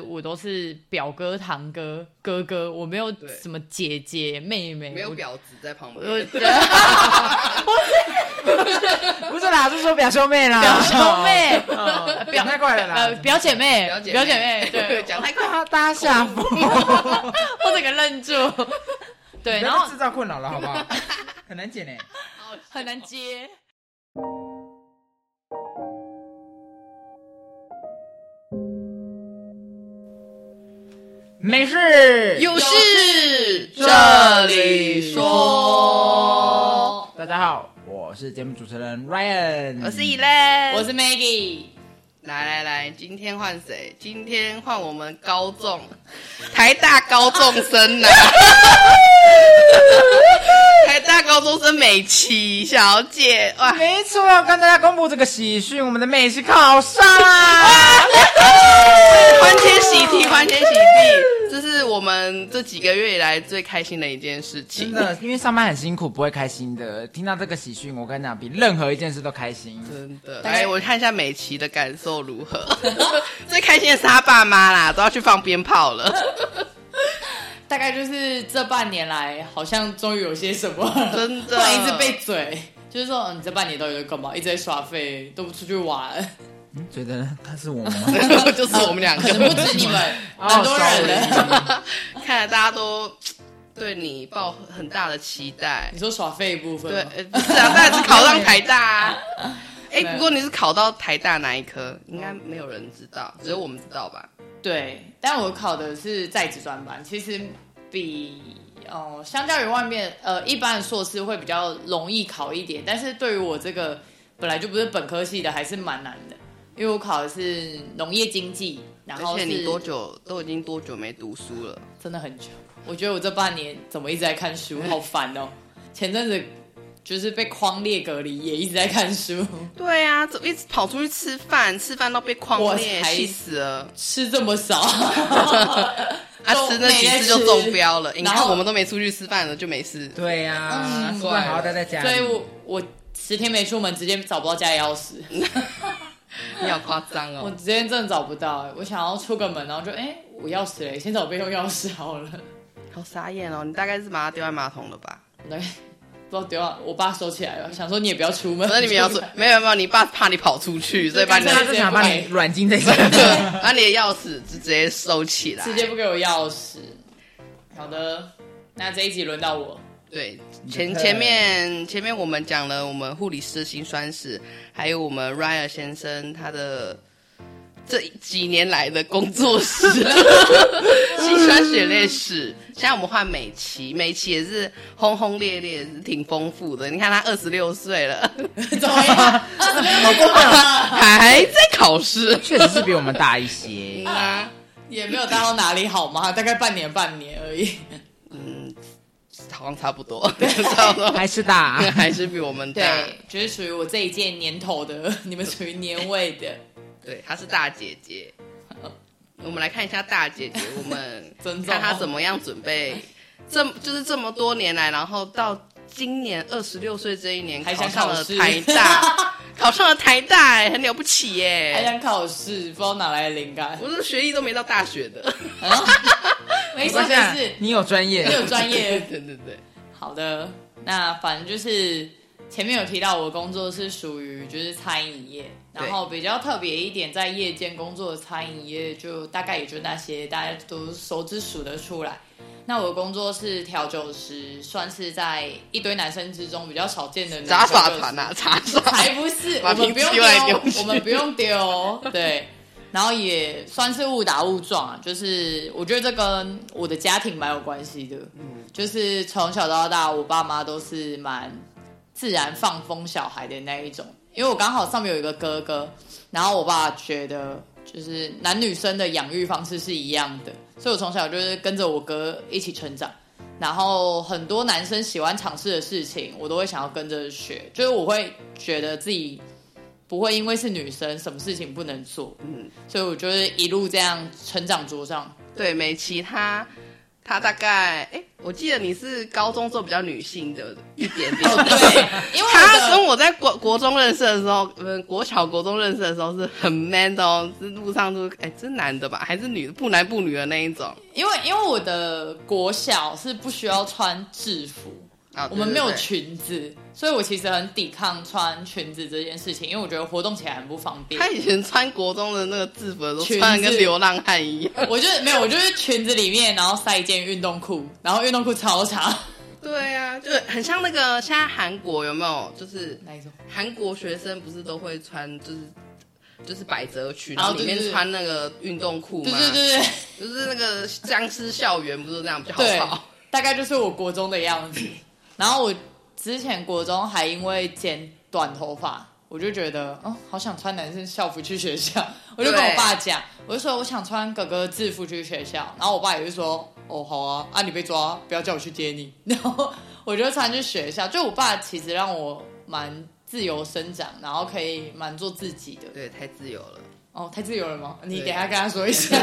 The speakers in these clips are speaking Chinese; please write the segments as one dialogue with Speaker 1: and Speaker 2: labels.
Speaker 1: 我都是表哥、堂哥、哥哥，我没有
Speaker 2: 对
Speaker 1: 什么姐姐、妹妹，
Speaker 2: 没有
Speaker 1: 我
Speaker 2: 婊子在旁
Speaker 1: 我
Speaker 2: 边，
Speaker 3: 不是啦，是说表兄妹啦，
Speaker 1: 表兄妹
Speaker 3: 哦，表太快了
Speaker 1: 呃
Speaker 3: 啦，
Speaker 1: 表姐妹、
Speaker 2: 表姐
Speaker 1: 表姐妹， 对
Speaker 2: 讲太快
Speaker 3: 大家大家吓 疯，
Speaker 1: 我整个愣 住，对，然
Speaker 3: 不要
Speaker 1: 后
Speaker 3: 制造困扰了，好不 好？很难剪呢。
Speaker 1: 很难接。
Speaker 3: 没事，
Speaker 1: 有事
Speaker 3: 这里说
Speaker 1: 说，
Speaker 3: 大家好，我是节目主持人 Ryan，
Speaker 2: 我是 Elen，
Speaker 1: 嗯我是 Maggie，
Speaker 2: 来来来，今天换谁？今天换我们高中，台大高中生呐、 台大高中生美琪小姐，哇，
Speaker 3: 没错，跟大家公布这个喜讯，我们的美琪考上 啦！
Speaker 2: 欢天喜地，欢天喜地，这是我们这几个月以来最开心的一件事
Speaker 3: 真
Speaker 2: 情。
Speaker 3: 的，因为上班很辛苦，不会开心的。听到这个喜讯，我跟你讲，比任何一件事都开心。
Speaker 2: 真的，
Speaker 1: 但是
Speaker 2: 来我看一下美琪的感受如何。 最开心的是她爸妈啦，都要去放鞭炮了，
Speaker 1: 大概就是这半年来，好像终于有些什么，
Speaker 2: 真的
Speaker 1: 不然一直被嘴，就是说，嗯，你这半年到底在干嘛？一直在耍废，都不出去玩，
Speaker 3: 嗯觉得他是 我们吗？
Speaker 2: 就是我们两个，
Speaker 1: 可能不止你 们，很多人
Speaker 3: 哦
Speaker 1: 了。
Speaker 2: 看来大家都对你抱很大的期待
Speaker 1: 你。说耍废的部分
Speaker 2: 对，
Speaker 1: 吗，
Speaker 2: 呃不是啊，当然是考上台大啊。 哎、
Speaker 1: 对
Speaker 2: 不过你是考到台大哪一科？应该没有人知道，只有我们知道吧？
Speaker 1: 对，但我考的是在职专班，其实比哦、呃相较于外面呃一般的硕士会比较容易考一点，但是对于我这个本来就不是本科系的，还是蛮难的，因为我考的是农业经济，然
Speaker 2: 而
Speaker 1: 后
Speaker 2: 且
Speaker 1: 是
Speaker 2: 你多久都已经多久没读书了？
Speaker 1: 真的很久。我觉得我这半年怎么一直在看书，好烦哦。前阵子就是被框列隔离，也一直在看书，
Speaker 2: 对啊，怎么一直跑出去吃饭？吃饭都被框
Speaker 1: 我
Speaker 2: 裂，
Speaker 1: 才
Speaker 2: 气死了！
Speaker 1: 吃这么少，
Speaker 2: 啊，
Speaker 1: 都
Speaker 2: 吃那几
Speaker 1: 没
Speaker 2: 次
Speaker 1: 吃
Speaker 2: 就中标了。你
Speaker 1: 然
Speaker 2: 看，
Speaker 1: 后
Speaker 2: 我们都没出去吃饭了，就没 事。
Speaker 3: 对呀、
Speaker 1: 嗯
Speaker 3: 不然好好待在家里。
Speaker 1: 所以我我十天没出门，直接找不到家里钥匙。
Speaker 2: 你好夸张
Speaker 1: 我
Speaker 2: 哦！
Speaker 1: 之前真的找不到、欸，我想要出个门，然后就哎、欸我钥匙嘞，先找备用钥匙好了。
Speaker 2: 好傻眼哦！你大概是把它丢在马桶了 吧？
Speaker 1: 对，不知道丢到我爸收起来了，想说你也不要出门。
Speaker 2: 反正你们要说，没有没有，你爸怕你跑出去，所以把你的
Speaker 3: 他是啊想把你软禁在家里。
Speaker 2: 对，把你的钥匙就直接收起 来
Speaker 1: 直。接不给我钥匙。好的，那这一集轮到 我。
Speaker 2: 对，前
Speaker 3: 对
Speaker 2: 前面前面我们讲了我们护理师的辛酸史，还有我们 Ryan 先生他的这几年来的工作 史，辛酸血泪史。现在我们换美琪，美琪也是轰轰烈烈，挺丰富的。你看她二十六岁 了，
Speaker 1: 怎么样？
Speaker 3: 老 公啊，
Speaker 2: 还在考试。
Speaker 3: 确实是比我们大 一些。
Speaker 2: 啊，
Speaker 1: 也没有待到哪里好吗？大概半年半年而已。
Speaker 2: 嗯好像差不多， 差不多，
Speaker 3: 还 是大、
Speaker 2: 还是比我们大。
Speaker 1: 对，就是属于我这一届年头的，你们属于年尾的，
Speaker 2: 对，她是大姐姐。我们来看一下大姐姐，我 们
Speaker 1: 尊重
Speaker 2: 看她怎么样准备。这 就是这么多年来，然后到今年二十六岁这一年，
Speaker 1: 还
Speaker 2: 考
Speaker 1: 想
Speaker 2: 上
Speaker 1: 考
Speaker 2: 了
Speaker 1: 试
Speaker 2: 台 大，考上了台大、哎，很了不起耶、
Speaker 1: 还想考试，不知道哪来的灵 感。
Speaker 2: 我这学历都没到大学的。。
Speaker 1: 啊，没 事
Speaker 3: 我
Speaker 1: 没
Speaker 3: 现
Speaker 1: 事
Speaker 3: 在，你有专业
Speaker 1: 你，有专业
Speaker 2: 对对对，
Speaker 1: 好的，那反正就是前面有提到，我的工作是属于就是餐饮业，
Speaker 2: 对
Speaker 1: 然后比较特别一点，在夜间工作的餐饮业，就大概也就那些大家都熟知数得出来。那我的工作是调酒师，算是在一堆男生之中比较少见的
Speaker 2: 杂
Speaker 1: 男
Speaker 2: 耍
Speaker 1: 调酒师
Speaker 2: 团 啊，杂耍。
Speaker 1: 才不是，
Speaker 2: 把
Speaker 1: 我们
Speaker 2: 瓶
Speaker 1: 不
Speaker 2: 子
Speaker 1: 用
Speaker 2: 丢来丢
Speaker 1: 丢，
Speaker 2: 去
Speaker 1: 我们不用丢，对。然后也算是误打误撞啊，就是我觉得这跟我的家庭蛮有关系的，
Speaker 2: 嗯
Speaker 1: 就是从小到大，我爸妈都是蛮自然放风小孩的那一种。因为我刚好上面有一个哥哥，然后我爸觉得就是男女生的养育方式是一样的，所以我从小就是跟着我哥一起成长。然后很多男生喜欢尝试的事情，我都会想要跟着学，就是我会觉得自己不会因为是女生什么事情不能做，
Speaker 2: 嗯
Speaker 1: 嗯，所以我就是一路这样成长桌上，
Speaker 2: 对，美琪她她大概哎、我记得你是高中做比较女性的一点点。
Speaker 1: 哦，对，因为我
Speaker 2: 他
Speaker 1: 的
Speaker 2: 跟我在国国中认识的时候，嗯，国小国中认识的时候是很 man 的哦，是路上都哎，这男的吧，还是女的不男不女的那一种
Speaker 1: 因为因为我的国小是不需要穿制服，
Speaker 2: 啊？
Speaker 1: 我们没有
Speaker 2: 对对对
Speaker 1: 裙子，所以我其实很抵抗穿裙子这件事情，因为我觉得活动起来很不方便
Speaker 2: 他。以前穿国中的那个制服的时候，
Speaker 1: 裙子
Speaker 2: 穿的跟流浪汉一样。
Speaker 1: 我就是没有，我就是裙子里面，然后塞一件运动裤，然后运动裤超 长，
Speaker 2: 对啊，就很像那个现在韩国有没有？就是
Speaker 1: 哪一种？
Speaker 2: 韩国学生不是都会穿就是就是百褶裙，
Speaker 1: 哦
Speaker 2: 然后里
Speaker 1: 对对
Speaker 2: 面
Speaker 1: 对
Speaker 2: 穿那个运动裤
Speaker 1: 对
Speaker 2: 嘛？
Speaker 1: 对对对
Speaker 2: 就是那个僵尸校园不是这样比较
Speaker 1: 对
Speaker 2: 好跑？，
Speaker 1: 大概就是我国中的样子。然后我之前国中还因为剪短头发，我就觉得，嗯，好想穿男生校服去学校。我就跟我爸讲，我就说我想穿哥哥制服去学校。然后我爸也就说，哦，好啊，啊，你被抓，不要叫我去接你。 然后我就穿去学校。就我爸其实让我蛮自由生长，然后可以蛮做自己的。
Speaker 2: 对，太自由了。
Speaker 1: 哦，太自由了吗？你
Speaker 2: 对
Speaker 1: 等一下跟他说一 下，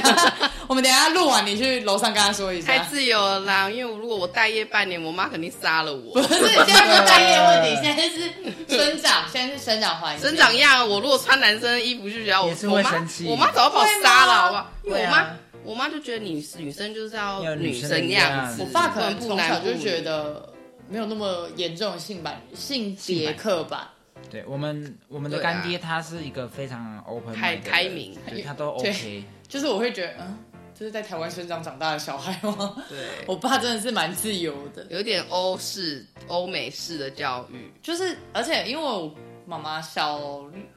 Speaker 1: 我们等一下录完你去楼上跟他说一下。
Speaker 2: 太自由了啦！因为我如果我待业半年，我妈肯定杀了我
Speaker 1: 不。是，现在不是待业问题，现 在是生长，现在是生长环境。
Speaker 2: 生长样，我如果穿男生衣服去学校，我
Speaker 3: 也是会
Speaker 2: 我妈
Speaker 3: 生气
Speaker 2: 我妈早就把我杀了，好
Speaker 1: 会吗
Speaker 2: 不好？因
Speaker 3: 对
Speaker 2: 为我
Speaker 3: 啊
Speaker 2: 妈、我妈就觉得女女生就是要
Speaker 3: 要女生的
Speaker 2: 生
Speaker 3: 样
Speaker 2: 子，
Speaker 3: 子
Speaker 1: 我爸可能
Speaker 2: 不
Speaker 1: 从
Speaker 2: 男
Speaker 1: 小
Speaker 2: 不
Speaker 1: 就
Speaker 2: 女
Speaker 1: 觉得没有那么严重的性版性别刻板，
Speaker 3: 对我们我们的
Speaker 2: 对啊
Speaker 3: 干爹他是一个非常 open
Speaker 2: 开
Speaker 3: mind 的人
Speaker 2: 开明
Speaker 3: 对他都
Speaker 1: 对
Speaker 3: OK。
Speaker 1: 就是我会觉得，嗯，这是在台湾生长长大的小孩吗？
Speaker 2: 对，
Speaker 1: 我爸真的是蛮自由的，
Speaker 2: 有点欧式欧美式的教育，
Speaker 1: 就是而且因为我妈妈小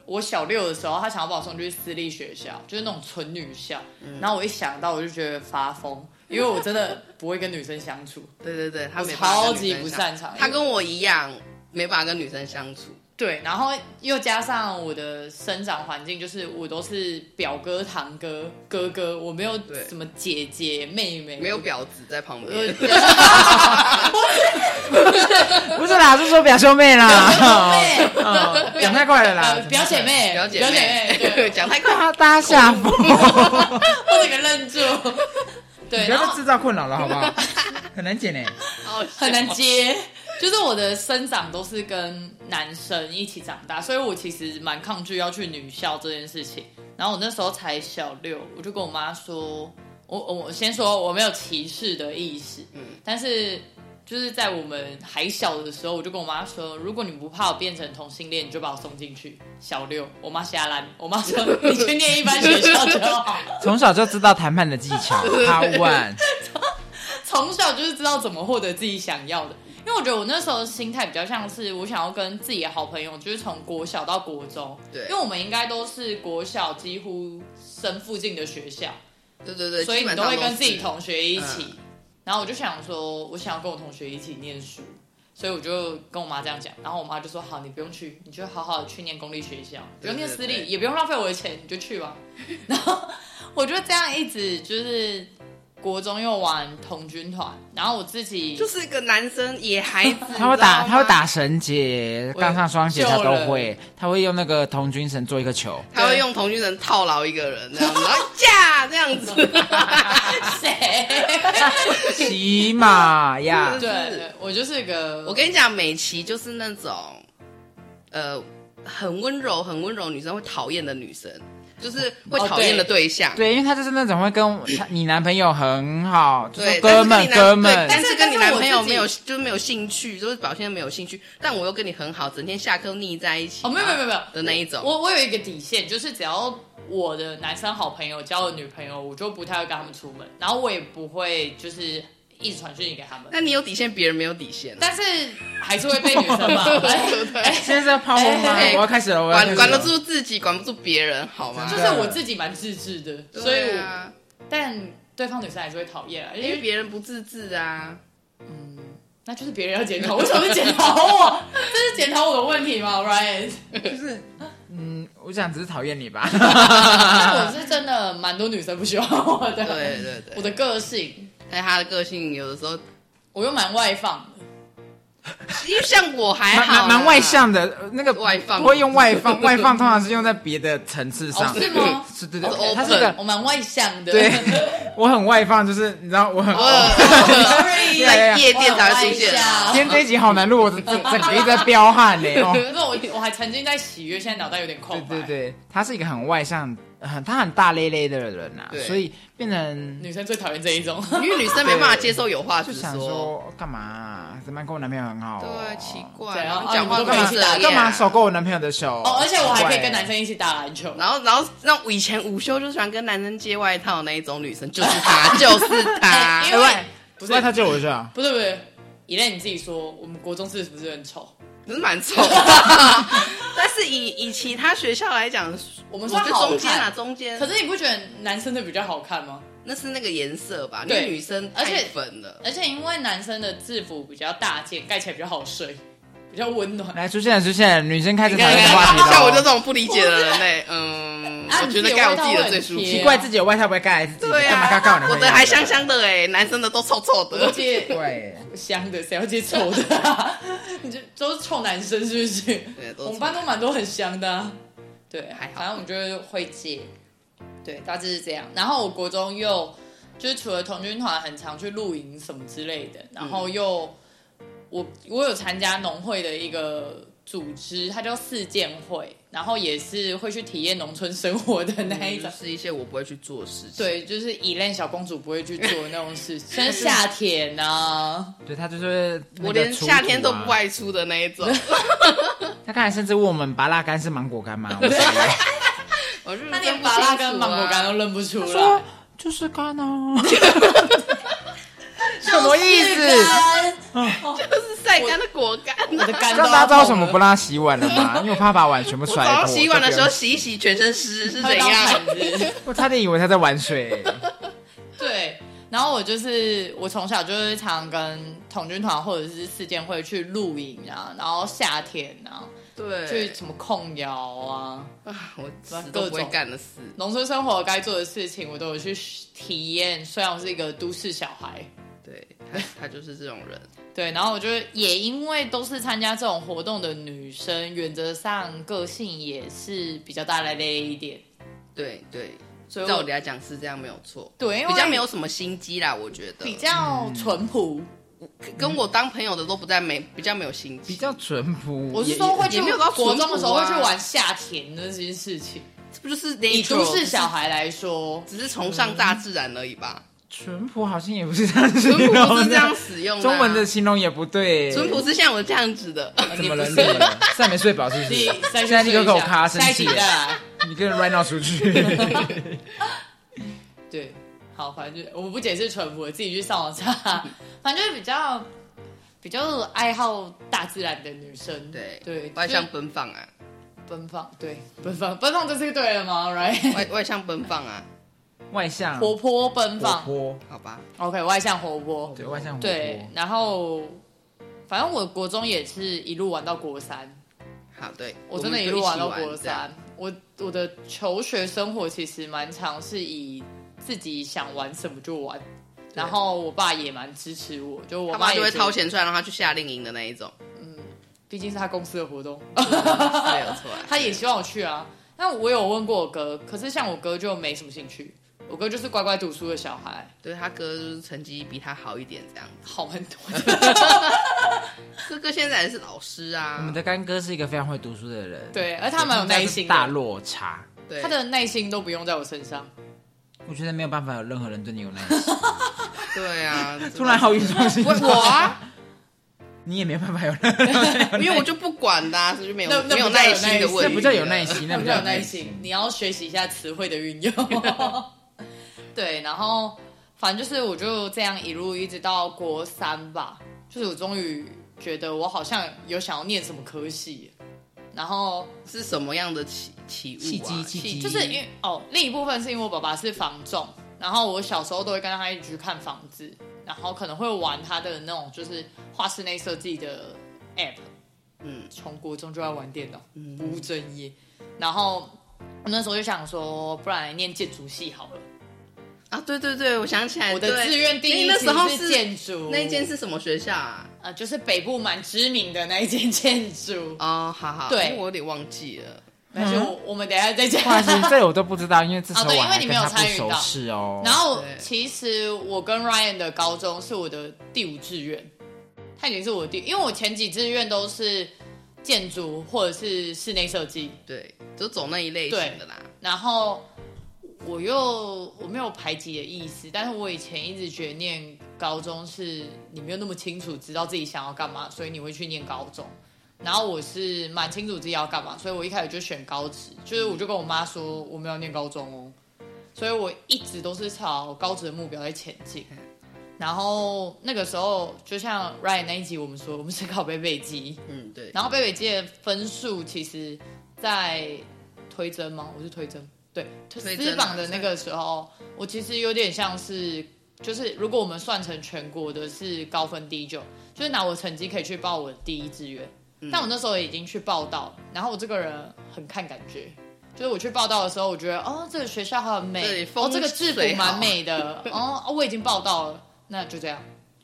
Speaker 1: 我小六的时候，她想要把我送去私立学校，就是那种纯女校，然后我一想到我就觉得发疯，因为我真的不会跟女生相处。
Speaker 2: 对对对，她
Speaker 1: 我
Speaker 2: 没办法跟
Speaker 1: 超级
Speaker 2: 女生
Speaker 1: 不
Speaker 2: 相
Speaker 1: 擅长
Speaker 2: 她跟我一样没办法跟女生相处，
Speaker 1: 对，然后又加上我的生长环境，就是我都是表哥、堂哥、哥哥，我没有
Speaker 2: 对
Speaker 1: 什么姐姐、妹妹，
Speaker 2: 没有婊子在旁
Speaker 1: 我。
Speaker 2: 边，
Speaker 3: 不是啦，是说表兄妹啦，
Speaker 1: 对，
Speaker 3: 哦讲太快了啦
Speaker 1: 呃，表姐妹，
Speaker 2: 表姐
Speaker 1: 表姐
Speaker 2: 妹
Speaker 1: 妹，对，
Speaker 2: 讲太快，
Speaker 3: 大家吓疯，
Speaker 1: 我整个愣住，对，然
Speaker 3: 不要
Speaker 1: 后
Speaker 3: 再制造困扰了，好不好？很难剪诶，
Speaker 2: 好 笑
Speaker 1: 很难接，就是我的生长都是跟男生一起长大，所以我其实蛮抗拒要去女校这件事情。然后我那时候才小六，我就跟我妈说，我我我先说我没有歧视的意识，但是就是在我们还小的时候，我就跟我妈说，如果你不怕我变成同性恋，你就把我送进去。小六，我妈瞎烂，我妈说你去念一般学校就好。
Speaker 3: 从小就知道谈判的技巧，Part One。
Speaker 1: 从小就是知道怎么获得自己想要的。因为我觉得我那时候的心态比较像是我想要跟自己的好朋友，就是从国小到国中，
Speaker 2: 对
Speaker 1: 因为我们应该都是国小几乎升附近的学校，
Speaker 2: 对对对，
Speaker 1: 所以
Speaker 2: 基
Speaker 1: 你
Speaker 2: 本
Speaker 1: 都
Speaker 2: 上
Speaker 1: 会
Speaker 2: 是
Speaker 1: 跟自己同学一起。
Speaker 2: 嗯
Speaker 1: 然后我就想说，我想要跟我同学一起念书，所以我就跟我妈这样讲，然后我妈就说：“好，你不用去，你就好好的去念公立学校，不用念私立，
Speaker 2: 对对对
Speaker 1: 也不用浪费我的钱，你就去吧。” 然后我就这样一直就是国中又玩童军团，然后我自己
Speaker 2: 就是一 个男生野孩子，
Speaker 3: 他会
Speaker 2: 你知道
Speaker 3: 打，
Speaker 2: 吗
Speaker 3: 他会，打绳结，杠上双鞋他都会，他会用那个童军绳做一个球。
Speaker 2: 他会用同居绳套牢一个人，这样子，然 后架这样子，
Speaker 1: 谁？
Speaker 3: 骑马呀，
Speaker 1: 对对，我就是个
Speaker 2: 我跟你讲，美琪就是那种，呃，很温柔、很温柔女生会讨厌的女生，就是会讨厌的对象。
Speaker 3: 哦对，因为他就是那种会跟他你男朋友很好，就
Speaker 2: 对
Speaker 3: 是，哥们
Speaker 2: 但是跟你男
Speaker 3: 哥们
Speaker 2: 对，但是跟你
Speaker 1: 但是
Speaker 2: 男
Speaker 1: 我
Speaker 2: 朋友
Speaker 1: 自己
Speaker 2: 没有，就是没有兴趣，就是表现得没有兴趣。但我又跟你很好，整天下课腻在一起。
Speaker 1: 哦，没有没有没有没有
Speaker 2: 的那一种
Speaker 1: 我我有一个底线，就是只要我的男生好朋友交了女朋友，我就不太会跟他们出门，然后我也不会就是一直传讯息给他们，
Speaker 2: 啊那你有底线，别人没有底线。
Speaker 3: 啊
Speaker 1: 但是还是会被女生骂。
Speaker 2: 对不对
Speaker 1: 哎
Speaker 3: 现在是要炮轰
Speaker 1: 哎
Speaker 3: 吗？
Speaker 1: 哎哎
Speaker 3: 我要开始了，我要开
Speaker 2: 管
Speaker 3: 始
Speaker 2: 管得
Speaker 3: 了。
Speaker 2: 住自己，管不住别人，好吗
Speaker 1: 就？
Speaker 3: 啊
Speaker 1: 是我自己蛮自制的，所以
Speaker 2: 对
Speaker 1: 我
Speaker 2: 啊，
Speaker 1: 但对方女生还是会讨厌啊，因
Speaker 2: 因为
Speaker 1: 为
Speaker 2: 别人不自制啊。
Speaker 1: 那就是别人要检讨，为什么是检讨我？ 这是检讨我的问题吗，Ryan？
Speaker 3: 嗯，我想只是讨厌你吧。
Speaker 1: 但我是真的蛮多女生不喜欢我的，
Speaker 2: 对对对
Speaker 1: 我，的个性，
Speaker 2: 但是他的个性有的时候，
Speaker 1: 我又蛮外放的。
Speaker 2: 因为像我还
Speaker 3: 蛮
Speaker 2: 好啊啦
Speaker 3: 蛮蛮外向的，呃那个
Speaker 2: 外放
Speaker 3: 不会用外放，外放通常是用在别的层次上，
Speaker 1: 哦是吗
Speaker 3: 是对对，
Speaker 2: 哦
Speaker 3: 对
Speaker 2: open
Speaker 3: 它是一 个
Speaker 1: 我蛮外向的，
Speaker 3: 对，我很外放，就是你知道我很
Speaker 2: 我
Speaker 1: Sorry，一
Speaker 2: 在夜店才会出现
Speaker 1: 我
Speaker 2: 啊
Speaker 1: 有
Speaker 3: 今天这一集好难录，我整整个一直在飙汗嘞、哦。
Speaker 1: 可是我我还沉浸在喜悦，现在脑袋有点空
Speaker 3: 对
Speaker 1: 白。
Speaker 3: 对对，他是一个很外向、很他很大咧咧的人呐、啊，
Speaker 2: 对
Speaker 3: 所以变成
Speaker 1: 女生最讨厌这一种。
Speaker 2: 因为女生没办法接受有话
Speaker 3: 就
Speaker 2: 直
Speaker 3: 想
Speaker 2: 说，
Speaker 3: 说干嘛啊、怎么样跟我男朋友很好、哦
Speaker 2: 对，啊奇。怪，
Speaker 1: 怎
Speaker 2: 然
Speaker 1: 样
Speaker 2: 后讲话
Speaker 1: 啊
Speaker 2: 都
Speaker 1: 你
Speaker 2: 没
Speaker 1: 们都没
Speaker 2: 这
Speaker 1: 去打
Speaker 2: 样，
Speaker 1: 猎
Speaker 3: 干嘛手勾我男朋友的手？
Speaker 1: 哦，而且我还可以
Speaker 3: 怪
Speaker 1: 跟男生一起打篮球。
Speaker 2: 然后，然后，那我以前午休就喜欢跟男生借外套那一种女生，就是她，就是
Speaker 3: 啊
Speaker 2: 她。
Speaker 1: 因为不是
Speaker 3: 那哎他借我一下，
Speaker 1: 不是不是，以类你自己说，我们国中是不是很丑？
Speaker 2: 不是蛮丑的， 但是以以其他学校来讲，
Speaker 1: 我
Speaker 2: 我
Speaker 1: 们
Speaker 2: 觉
Speaker 1: 算
Speaker 2: 得
Speaker 1: 好
Speaker 2: 中间啊，
Speaker 1: 看。
Speaker 2: 中间
Speaker 1: 可是你不觉得男生的比较好看吗？
Speaker 2: 那是那个颜色吧，因
Speaker 1: 对
Speaker 2: 为女生
Speaker 1: 而且
Speaker 2: 太粉了。
Speaker 1: 而且因为男生的制服比较大件，盖起来比较好睡，比较温暖。
Speaker 3: 来出现了出现了，女生开始讨论
Speaker 1: 你看
Speaker 3: 话题了哦。
Speaker 2: 像我就这种不理解的人嘞，嗯，
Speaker 1: 啊
Speaker 2: 我觉得盖我自己的最舒
Speaker 1: 你
Speaker 2: 服
Speaker 1: 自己的味道会很贴。
Speaker 3: 奇怪自己有外套不会盖自己，
Speaker 2: 对
Speaker 3: 干嘛
Speaker 2: 啊
Speaker 3: 要告你？，
Speaker 2: 我的还香。香的哎，男生的都臭臭
Speaker 1: 我都
Speaker 2: 的。
Speaker 1: 接
Speaker 3: 对，
Speaker 1: 香的，谁要接丑的、啊？ 你就都是臭男生是不是？
Speaker 2: 对都是
Speaker 1: 我们班都蛮多很香的、啊，
Speaker 3: 嗯
Speaker 1: 对，
Speaker 2: 还好
Speaker 1: 反正我们就是会借，对，大致是这样。然后我国中又就是除了童军团，很常去露营什么之类的，然后
Speaker 3: 嗯
Speaker 1: 又、我我有参加农会的一个组织，它叫四建会，然后也是会去体验农村生活的那一
Speaker 2: 就
Speaker 1: 种。
Speaker 3: 嗯
Speaker 2: 是一些我不会去做的事 情。，
Speaker 1: 对，就是以恋小公主不会去做的那种事，像 夏天啊呢、
Speaker 3: 对他就是那个
Speaker 2: 我连
Speaker 3: 出
Speaker 2: 夏天
Speaker 3: 土
Speaker 2: 都
Speaker 3: 啊
Speaker 2: 不。外出的那一种。
Speaker 1: 啊
Speaker 3: 他刚才甚至问我们拔辣干是芒果干吗？我说
Speaker 2: 我就是
Speaker 1: 那
Speaker 2: 真
Speaker 1: 连
Speaker 2: 不
Speaker 1: 法拉
Speaker 2: 清
Speaker 1: 跟
Speaker 2: 楚
Speaker 1: 芒果
Speaker 2: 啊
Speaker 1: 干都认不出 来，
Speaker 3: 说哎就是干哦，什么意思？
Speaker 2: 就是晒干的果干啊。
Speaker 1: 我的干都
Speaker 3: 让
Speaker 1: 要
Speaker 3: 大家知道为什么
Speaker 1: 红
Speaker 3: 不
Speaker 1: 了
Speaker 3: 让他洗碗了吗？因为我怕把碗全部
Speaker 2: 我
Speaker 3: 摔
Speaker 2: 早上
Speaker 3: 破。
Speaker 2: 洗碗的时候
Speaker 3: 就
Speaker 2: 洗一洗，全身湿是
Speaker 1: 它
Speaker 2: 怎
Speaker 1: 会当
Speaker 2: 样？
Speaker 1: 铲子
Speaker 3: 我差点以为他在玩水。
Speaker 1: 对，然后我就是我从小就是常跟童军团或者是四建会去露营啊，然后夏天啊，去
Speaker 2: 对，
Speaker 1: 什么控窑啊，
Speaker 2: 啊，我死都不会干的事。
Speaker 1: 农村生活该做的事情我都有去体验。虽然我是一个都市小孩，
Speaker 2: 对，他他就是这种人。
Speaker 1: 对，然后我觉得也因为都是参加这种活动的女生，原则上个性也是比较大咧咧一点。
Speaker 2: 对对，
Speaker 1: 所以我
Speaker 2: 照理来讲是这样没有错。
Speaker 1: 对，因为
Speaker 2: 比较没有什么心机啦，我觉得
Speaker 1: 比较淳朴，
Speaker 2: 跟我当朋友的都不在没比较没有心机，
Speaker 3: 比较淳朴，
Speaker 1: 我是说会去
Speaker 2: 也没有到淳朴
Speaker 1: 国
Speaker 2: 啊
Speaker 1: 中的时候会去玩夏田那件事情。
Speaker 2: 这不就是
Speaker 1: 以
Speaker 2: natural，
Speaker 1: 都市小孩来说，
Speaker 2: 只是崇尚大自然而已吧？
Speaker 3: 淳朴，好像也不是这 样子。
Speaker 1: 嗯
Speaker 2: 淳朴不是这样使用的啊，
Speaker 3: 中文的形容也不对。
Speaker 2: 淳朴是像我这样子的，
Speaker 3: 怎 么了？
Speaker 1: 你
Speaker 3: 你
Speaker 1: 不是
Speaker 3: 现在没睡饱是不
Speaker 1: 你
Speaker 3: 是？
Speaker 1: 再
Speaker 3: 现
Speaker 1: 去
Speaker 3: 在立刻
Speaker 1: 睡一
Speaker 3: 给我
Speaker 1: 下
Speaker 3: 咔生
Speaker 1: 下一
Speaker 3: 气
Speaker 1: 集再来。
Speaker 3: 你跟 right now 出 去。
Speaker 1: 对，好，反正就我不解释淳朴，自己去上网查。
Speaker 3: 嗯
Speaker 1: 反正就是比较比较爱好大自然的女生，
Speaker 2: 对
Speaker 1: 对，
Speaker 2: 外
Speaker 1: 向
Speaker 2: 向奔放啊，
Speaker 1: 奔放，对奔放，奔放这是对了吗？Right，
Speaker 2: 外外向奔放啊，
Speaker 3: 外 向，
Speaker 1: 活泼奔放
Speaker 3: 活泼，
Speaker 2: 好吧，
Speaker 1: ，OK，外向活泼，
Speaker 3: 对，外向活泼。
Speaker 1: 对，然后反正我国中也是一路玩到国三。
Speaker 2: 好对，
Speaker 1: 我真的
Speaker 2: 们
Speaker 1: 一
Speaker 2: 就
Speaker 1: 路玩
Speaker 2: 起
Speaker 1: 到国
Speaker 2: 这样
Speaker 1: 三。我我的求学生活其实蛮长，是以自己想玩什么就玩。然后我爸也蛮支持我，就我
Speaker 2: 他妈
Speaker 1: 也
Speaker 2: 就会
Speaker 1: 觉得
Speaker 2: 掏，钱出来让他去夏令营的那一 种，
Speaker 1: 毕竟是他公司的活动，
Speaker 2: 是没有错啊。
Speaker 1: 他也希望我去啊。但我有问过我哥，可是像我哥就没什么兴趣，我哥就是乖乖读书的小孩，
Speaker 2: 对他哥就是成绩比他好一点这样子，
Speaker 1: 好很多的。
Speaker 2: 哥哥现在也是老师啊，
Speaker 3: 我们的干哥是一个非常会读书的人，
Speaker 1: 对而他蛮有耐心的
Speaker 3: 大落差。
Speaker 2: 对
Speaker 1: 他的耐心都不用在我身上，
Speaker 3: 我觉得没有办法有任何人对你有耐 心。
Speaker 2: 对啊，
Speaker 3: 突然好语重心
Speaker 2: 我
Speaker 3: 长，
Speaker 2: 我啊，
Speaker 3: 你也没有办法有任何人。
Speaker 2: 因为我就不管的、啊，所以就没有
Speaker 1: 那那
Speaker 2: 没有
Speaker 1: 不叫有
Speaker 2: 耐心
Speaker 1: 耐
Speaker 2: 的
Speaker 1: 心
Speaker 2: 问
Speaker 3: 那
Speaker 2: 题，
Speaker 3: 不叫有耐。心，那
Speaker 1: 他
Speaker 3: 不
Speaker 1: 比
Speaker 3: 叫
Speaker 1: 较有
Speaker 3: 有
Speaker 1: 耐
Speaker 3: 耐心
Speaker 1: 心。，你要学习一下词汇的运 用。对，然后反正就是我就这样一路一直到国三吧，就是我终于觉得我好像有想要念什么科系，然后
Speaker 2: 是什么样的起起
Speaker 3: 契
Speaker 2: 物啊？
Speaker 3: 机，契机，
Speaker 1: 就是因为哦，另一部分是因为我爸爸是房仲，然后我小时候都会跟他一起去看房子，然后可能会玩他的那种就是画室内设计的 app，
Speaker 2: 嗯，
Speaker 1: 从国中就要玩电脑，不务正业。然后我那时候就想说，不然念建筑系好了。
Speaker 2: 啊，对对对，我想起来，
Speaker 1: 我的
Speaker 2: 哎对
Speaker 1: 志愿第
Speaker 2: 因
Speaker 1: 一
Speaker 2: 为那
Speaker 1: 其
Speaker 2: 时候
Speaker 1: 实
Speaker 2: 是
Speaker 1: 是建筑，
Speaker 2: 那一间是什么学校啊？
Speaker 1: 呃，就是北部蛮知名的那一间建筑。
Speaker 2: 哦，好好，
Speaker 1: 对
Speaker 2: 因为我有点忘记了。
Speaker 1: 但是我我们等一下再讲。
Speaker 3: 哇，其实这我都不知道，因为这时
Speaker 1: 哦
Speaker 3: 候
Speaker 1: 对因
Speaker 3: 我
Speaker 1: 为
Speaker 3: 还
Speaker 1: 你
Speaker 3: 跟
Speaker 1: 没有
Speaker 3: 他不
Speaker 1: 参与
Speaker 3: 熟
Speaker 1: 到
Speaker 3: 识哦。
Speaker 1: 然后
Speaker 2: 对
Speaker 1: 其实我跟 Ryan 的高中是我的第五志愿，他已经是我的第，因为我前几志愿都是建筑或者是室内设计，
Speaker 2: 对，就走那一类型的啦。
Speaker 1: 然后我又我没有排挤的意思，但是我以前一直觉得念高中是你没有那么清楚知道自己想要干嘛，所以你会去念高中。然后我是蛮清楚自己要干嘛，所以我一开始就选高职，就是我就跟我妈说我没有念高中哦，所以我一直都是朝高职的目标在前进。然后那个时候，就像 Ryan 那一集我们说，我们是考背背机，
Speaker 2: 嗯，对，
Speaker 1: 然后贝贝基的分数其实，在推甄吗？我是推甄，对，
Speaker 2: 推甄啊
Speaker 1: 私榜的那个时候，我其实有点像是，就是如果我们算成全国的是高分第九，就是拿我成绩可以去报我的第一志愿。
Speaker 2: 嗯
Speaker 1: 但我那时候已经去报道了，然后我这个人很看感觉。就是我去报道的时候，我觉得哦，这个学校很
Speaker 2: 这里
Speaker 1: 美，
Speaker 2: 风
Speaker 1: 哦，这个制服
Speaker 2: 水好
Speaker 1: 蛮美的，哦，哦我已经报道了，那就这样。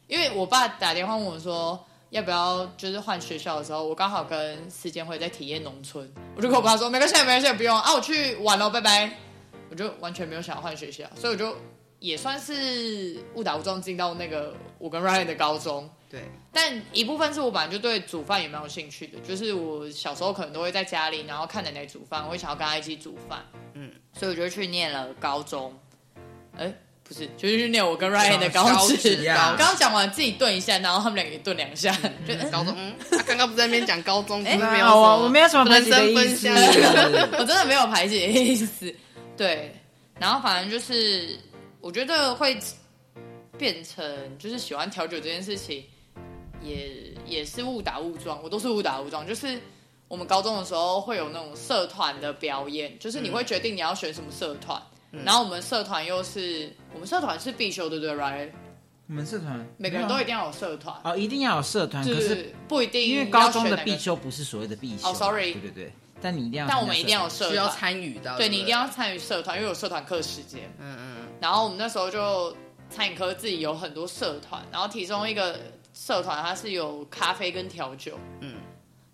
Speaker 1: 因为我爸打电话问我说要不要就是换学校的时候，我刚好跟时间会在体验农村，我就跟我爸说没关系，没关系，不用啊，我去玩了，拜拜。我就完全没有想要换学校，所以我就也算是误打误撞进到那个我跟 Ryan 的高中。
Speaker 2: 对，
Speaker 1: 但一部分是我本来就对煮饭也蛮有兴趣的，就是我小时候可能都会在家里，然后看奶奶煮饭，我会想要跟她一起煮饭，
Speaker 2: 嗯，
Speaker 1: 所以我就去念了高中，哎、不是，就是去念我跟 Ryan 的
Speaker 2: 高
Speaker 1: 高
Speaker 2: 职
Speaker 1: 职。
Speaker 3: 呀
Speaker 1: 刚刚讲完自己顿一下，然后他们两个也顿两下， 就嗯
Speaker 2: 高中，嗯，他刚刚不是在那边讲高中，不是没有
Speaker 3: 那哎啊我我没有什么
Speaker 2: 人
Speaker 3: 排挤的
Speaker 2: 生
Speaker 3: 意
Speaker 2: 分
Speaker 3: 思
Speaker 2: 享，
Speaker 1: 我真的没有排解意思。对，然后反正就是，我觉得会变成就是喜欢调酒这件事情，也也是误打误撞，我都是误打误撞，就是。我们高中的时候会有那种社团的表演，就是你会决定你要选什么社团，
Speaker 3: 嗯
Speaker 1: 然后我们社团又是我们社团是必修的，对不对，Ryan？
Speaker 3: 我们社团
Speaker 1: 每个人都一定要有社团，
Speaker 3: 哦，一定要有社团，
Speaker 1: 就
Speaker 3: 可是
Speaker 1: 是不一定
Speaker 3: 因为
Speaker 1: 要
Speaker 3: 高中
Speaker 1: 选
Speaker 3: 的
Speaker 1: 哪个
Speaker 3: 必修不是所谓的必修。啊
Speaker 1: 哦，sorry
Speaker 3: 对对对，但你一定要，
Speaker 1: 但我们一定要有。社
Speaker 2: 需要
Speaker 1: 团，
Speaker 2: 参与到，
Speaker 1: 对
Speaker 2: 不
Speaker 1: 你一定，要参与社团，因为有社团课时间。
Speaker 2: 嗯嗯，
Speaker 1: 然后我们那时候就餐饮科自己有很多社团，然后其中一个社团它是有咖啡跟调酒，嗯
Speaker 2: 嗯，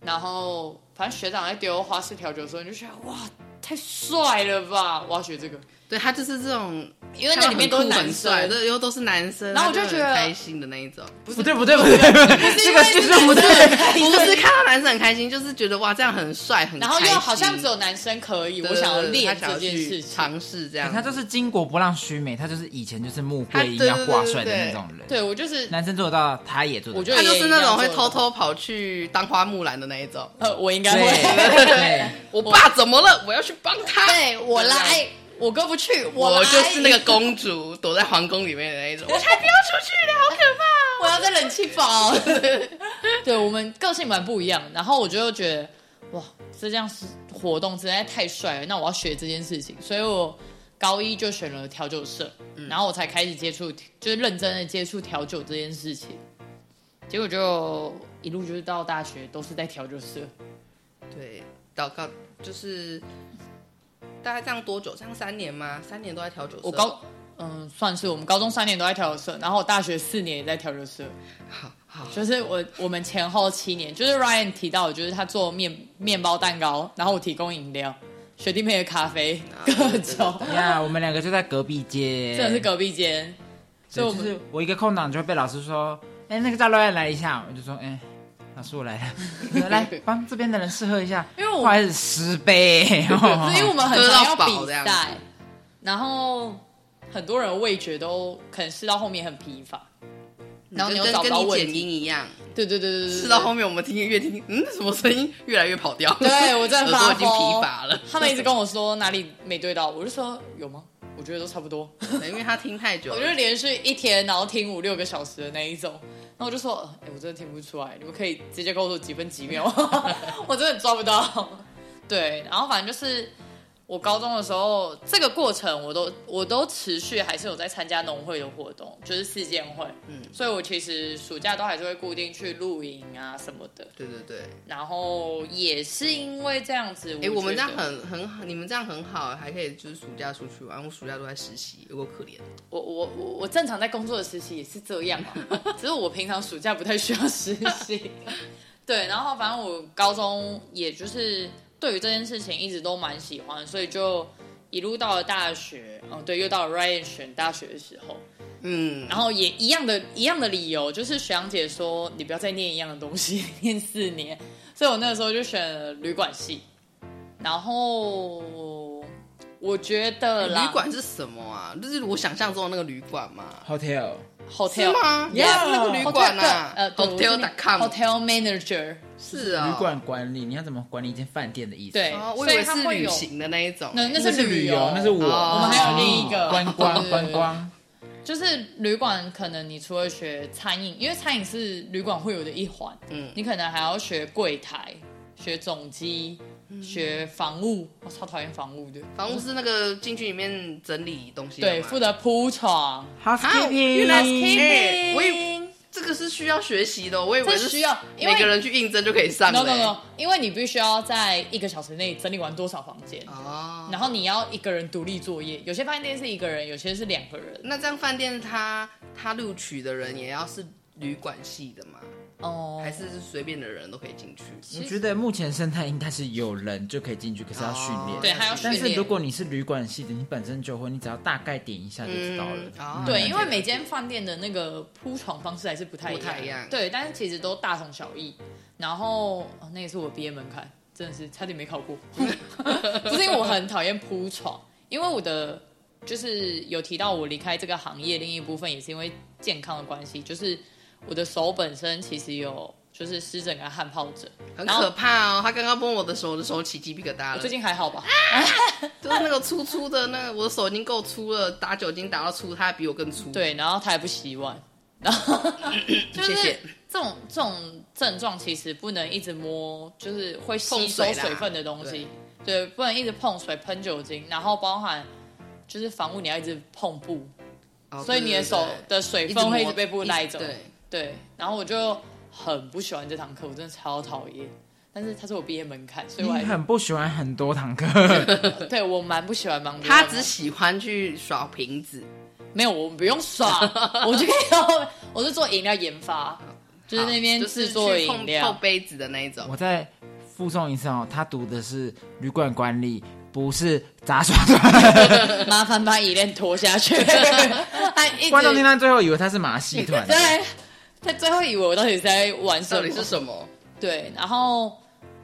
Speaker 1: 然后反正学长在丢花式调酒的时候，你就觉得哇太帅了吧，我要学这个，
Speaker 2: 对他就是这种，
Speaker 1: 因为那里面都是男生，
Speaker 2: 这又都是男生，
Speaker 1: 然后我就
Speaker 2: 他
Speaker 1: 觉
Speaker 2: 很
Speaker 1: 得
Speaker 2: 开心的那一种，
Speaker 3: 不对不对不对，这个这个 不对。
Speaker 2: 不是看到男生很开心，就是觉得哇这样很帅，很
Speaker 1: 然后
Speaker 2: 开
Speaker 1: 又
Speaker 2: 心
Speaker 1: 好像只有男生可以，
Speaker 2: 对
Speaker 1: 我想要
Speaker 2: 对对
Speaker 1: 练
Speaker 2: 他想
Speaker 1: 这
Speaker 2: 要
Speaker 1: 件事
Speaker 2: 去
Speaker 1: 情。
Speaker 2: 尝试这样，
Speaker 3: 他就是巾帼不让须 眉，他就是以前就是穆
Speaker 2: 他
Speaker 3: 桂英要挂帅的那种人。
Speaker 1: 啊对我就是，
Speaker 3: 男生做得到，他也做得到。
Speaker 1: 我觉得
Speaker 2: 他就是那种会
Speaker 1: 也一样
Speaker 2: 偷
Speaker 1: 做
Speaker 2: 偷跑去当花木兰的那一种。
Speaker 1: 呃，我应该会。
Speaker 3: 对对，
Speaker 2: 我爸怎么了？我要去帮他。
Speaker 1: 对我来，我哥不去，
Speaker 2: 我
Speaker 1: 来
Speaker 2: 就是那个公主，躲在皇宫里面的那 一种。我才不要出去呢，好可怕！
Speaker 1: 我要在冷气房。 对我们个性蛮不一样，然后我就觉得哇，这样是活动实在太帅了，那我要学这件事情，所以我高一就选了调酒社，然后我才开始接触，就是认真的接触调酒这件事情。结果就一路就是到大学都是在调酒社，
Speaker 2: 对，祷告就是大概这样多久？这样三年吗？三年都在调酒社。
Speaker 1: 我高嗯算是我们高中三年都在调酒社，然后我大学四年也在调酒社。
Speaker 2: 好好
Speaker 1: 就是我我们前后七年，就是 Ryan 提到，就是他做面面包蛋糕，然后我提供饮料，学弟妹的咖啡，各种，
Speaker 3: 呀，我们两个就在隔壁街，
Speaker 1: 真的是隔壁间，所以我
Speaker 3: 就
Speaker 1: 们、
Speaker 3: 是我一个空档就会被老师说，哎，那个赵乐来一下，我就说，哎，老师我来了， 我 说来帮这边的人试喝一下，
Speaker 1: 因为我
Speaker 3: 不好意思十 杯，哦
Speaker 1: 因为 我们很常要
Speaker 2: 喝到饱
Speaker 1: 比
Speaker 2: 这样
Speaker 1: 赛，然后很多人味觉都可能吃到后面很疲乏，然后你
Speaker 2: 就
Speaker 1: 又
Speaker 2: 跟
Speaker 1: 找不
Speaker 2: 跟
Speaker 1: 到
Speaker 2: 你
Speaker 1: 问
Speaker 2: 剪
Speaker 1: 题，
Speaker 2: 音一样，嗯
Speaker 1: 对对对对对对，
Speaker 2: 吃到后面我们听越听，嗯，什么声音越来越跑调。
Speaker 1: 对我真的
Speaker 2: 耳
Speaker 1: 发
Speaker 2: 朵
Speaker 1: 疯
Speaker 2: 已经疲乏了。
Speaker 1: 他们一直跟我说哪里没对到，我就说有吗？我觉得都差不多。
Speaker 2: 对因为他听太久
Speaker 1: 我
Speaker 2: 了
Speaker 1: 就。连续一天，然后听五六个小时的那一种，然后我就说，呃哎、我真的听不出来，你们可以直接跟我说几分几秒， 我真的抓不到。对，然后反正就是我高中的时候，这个过程我都我都持续还是有在参加农会的活动，就是事件会，嗯
Speaker 2: 嗯，
Speaker 1: 所以我其实暑假都还是会固定去露营啊什么的，
Speaker 2: 对对对，
Speaker 1: 然后也是因为这样子，
Speaker 2: 哎、我们这
Speaker 1: 觉
Speaker 2: 样
Speaker 1: 得
Speaker 2: 很很好，你们这样很好，还可以就是暑假出去玩。我暑假都在实习，有够可怜。
Speaker 1: 我我我我正常在工作的实习也是这样啊，只是我平常暑 假不太需要实习。对，然后反正我高中也就是对于这件事情一直都蛮喜欢，所以就一路到了大学，哦，对，又到了 Ryan 选大学的时候，
Speaker 2: 嗯，
Speaker 1: 然后也一样的一样的理由，就是学长姐说你不要再念一样的东西， 念四年，所以我那个时候就选了旅馆系，然后我觉得啦
Speaker 2: 旅馆是什么啊？就是我想象中的那个旅馆嘛，
Speaker 3: hotel，
Speaker 2: 是
Speaker 1: hotel
Speaker 2: 吗
Speaker 1: Yeah
Speaker 2: 是那个旅馆啊，
Speaker 1: 呃对我是念
Speaker 2: hotel.com
Speaker 1: hotel manager
Speaker 2: 是啊，
Speaker 3: 旅馆管理，你要怎么管理一间饭店的意思？
Speaker 1: 哦对，
Speaker 2: 哦，我
Speaker 1: 所
Speaker 2: 以
Speaker 1: 以
Speaker 2: 为
Speaker 1: 它
Speaker 2: 是
Speaker 1: 会
Speaker 2: 旅
Speaker 1: 有，
Speaker 2: 行的那一种，欸
Speaker 1: 那那
Speaker 3: 那
Speaker 1: 是
Speaker 3: 旅
Speaker 1: 游，
Speaker 3: 那是我，
Speaker 2: 哦
Speaker 1: 我们还有另一个
Speaker 3: 观光
Speaker 1: 对
Speaker 3: 观光，
Speaker 1: 就是旅馆，可能你除了学餐饮，因为餐饮是旅馆会有的一环，
Speaker 2: 嗯
Speaker 1: 嗯，你可能还要学柜台、学总机、学房务，我超讨厌房务的，
Speaker 2: 房屋是那个进去里面整理东西的吗，
Speaker 1: 对，负责铺床、
Speaker 2: 啊原来是
Speaker 3: housekeeping，
Speaker 2: 哎我以这个是需要学习的哦，我以为
Speaker 1: 这
Speaker 2: 是
Speaker 1: 需要，因为
Speaker 2: 每个人去应征就可以上了
Speaker 1: no no
Speaker 2: 欸。
Speaker 1: no，因为你必须要在一个小时内整理完多少房间，
Speaker 2: 哦，
Speaker 1: 然后你要一个人独立作业，有些饭店是一个人，有些是两个人，
Speaker 2: 那这样饭店他他录取的人也要是旅馆系的吗？
Speaker 1: 哦，
Speaker 2: 还是随便的人都可以进去？
Speaker 3: 我觉得目前生态应该是有人就可以进去，可是要训
Speaker 2: 哦
Speaker 3: 练。
Speaker 1: 对，还要训
Speaker 3: 但
Speaker 1: 练。
Speaker 3: 是如果你是旅馆系的，你本身就会，你只要大概点一下就知道了。嗯
Speaker 2: 哦
Speaker 1: 嗯对，因为
Speaker 2: 了解
Speaker 1: 每间饭店的那个铺床方式还是不太
Speaker 2: 不太一样
Speaker 1: 对，但是其实都大同小异。然后、哦那也是我毕业门槛，真的是差点没考 过， 不是因为我很讨厌铺床，因为我的就是有提到我离开这个行业，另一部分也是因为健康的关系，就是我的手本身其实有就是湿疹跟汗疱疹，
Speaker 2: 很
Speaker 1: 然后
Speaker 2: 可怕哦。他刚刚碰我的手，我的手起鸡皮疙瘩
Speaker 1: 我
Speaker 2: 了。
Speaker 1: 最近还好吧？
Speaker 2: 就是那个粗粗的那个，我的手已经够粗了，打酒精打到粗，他还比我更粗。，
Speaker 1: 对，然后他还不洗碗，然后就是
Speaker 2: 谢谢
Speaker 1: 这种这种症状其实不能一直摸，就是会吸
Speaker 2: 碰
Speaker 1: 收
Speaker 2: 水啦
Speaker 1: 水分的东西，对，不能一直碰水、喷酒精，然后包含就是防护你要一直碰布，
Speaker 2: 哦
Speaker 1: 所以你的手的水分会一直被布带走，
Speaker 2: 对，
Speaker 1: 对，然后我就很不喜欢这堂课，我真的超讨厌。但是它是我毕业门槛，所以
Speaker 3: 你
Speaker 1: 我还
Speaker 3: 很不喜欢很多堂课，
Speaker 1: 对我蛮不喜欢忙。
Speaker 2: 他只喜欢去耍瓶子，
Speaker 1: 没有，我们不用耍，我就可以后面，我是做饮料研发，就是那边
Speaker 2: 好
Speaker 1: 制作
Speaker 2: 就是去
Speaker 1: 饮
Speaker 2: 碰
Speaker 1: 料
Speaker 2: 碰。杯子的那一种。
Speaker 3: 我再附送一次哦，他读的是旅馆管理，不是杂耍 团。
Speaker 1: 麻烦把椅链拖下去，还一直
Speaker 3: 观众听到最后以为他是马戏团。
Speaker 1: 对，他最后以为我到底在玩什
Speaker 2: 到
Speaker 1: 么
Speaker 2: 底？是什么？
Speaker 1: 对，然后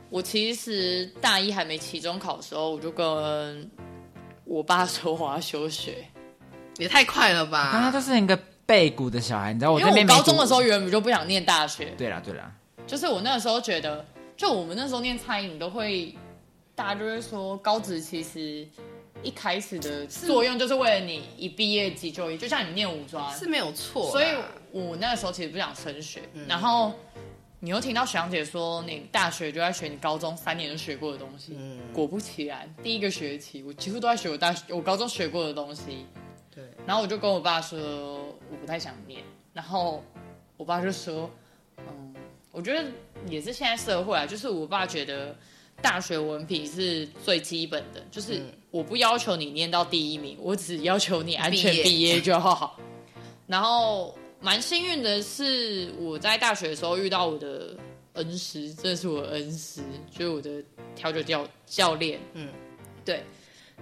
Speaker 1: 我其实大一还没期中考的时候，我就跟我爸说我要休学，
Speaker 2: 也太快了吧！
Speaker 3: 刚刚就是一个背骨的小孩，你知道我
Speaker 1: 因为
Speaker 3: 这哦边
Speaker 1: 我
Speaker 3: 没
Speaker 1: 高中
Speaker 3: 读
Speaker 1: 的时候，原本就不想念大学，
Speaker 3: 对啦对啦，
Speaker 1: 就是我那个时候觉得，就我们那时候念餐饮都会，大家就会说高职其实一开始的作用就是为了你一毕业即就业，就像你念五专，
Speaker 2: 是没有错啦，嗯
Speaker 1: 所以我那个时候其实不想升学，然后你又听到学长姐说你大学就在学你高中三年就学过的东西，
Speaker 2: 嗯
Speaker 1: 果不其然，第一个学期我几乎都在学我大学我高中学过的东西，
Speaker 2: 对，
Speaker 1: 然后我就跟我爸说我不太想念，然后我爸就说，嗯，我觉得也是现在社会啊，就是我爸觉得大学文凭是最基本的，就是
Speaker 2: 嗯
Speaker 1: 我不要求你念到第一名，我只要求你安全
Speaker 2: 毕业
Speaker 1: 毕 业就好。然后蛮幸运的是，我在大学的时候遇到我的恩师，真的是我的恩师，就是我的调酒教教练。
Speaker 2: 嗯
Speaker 1: 嗯，对。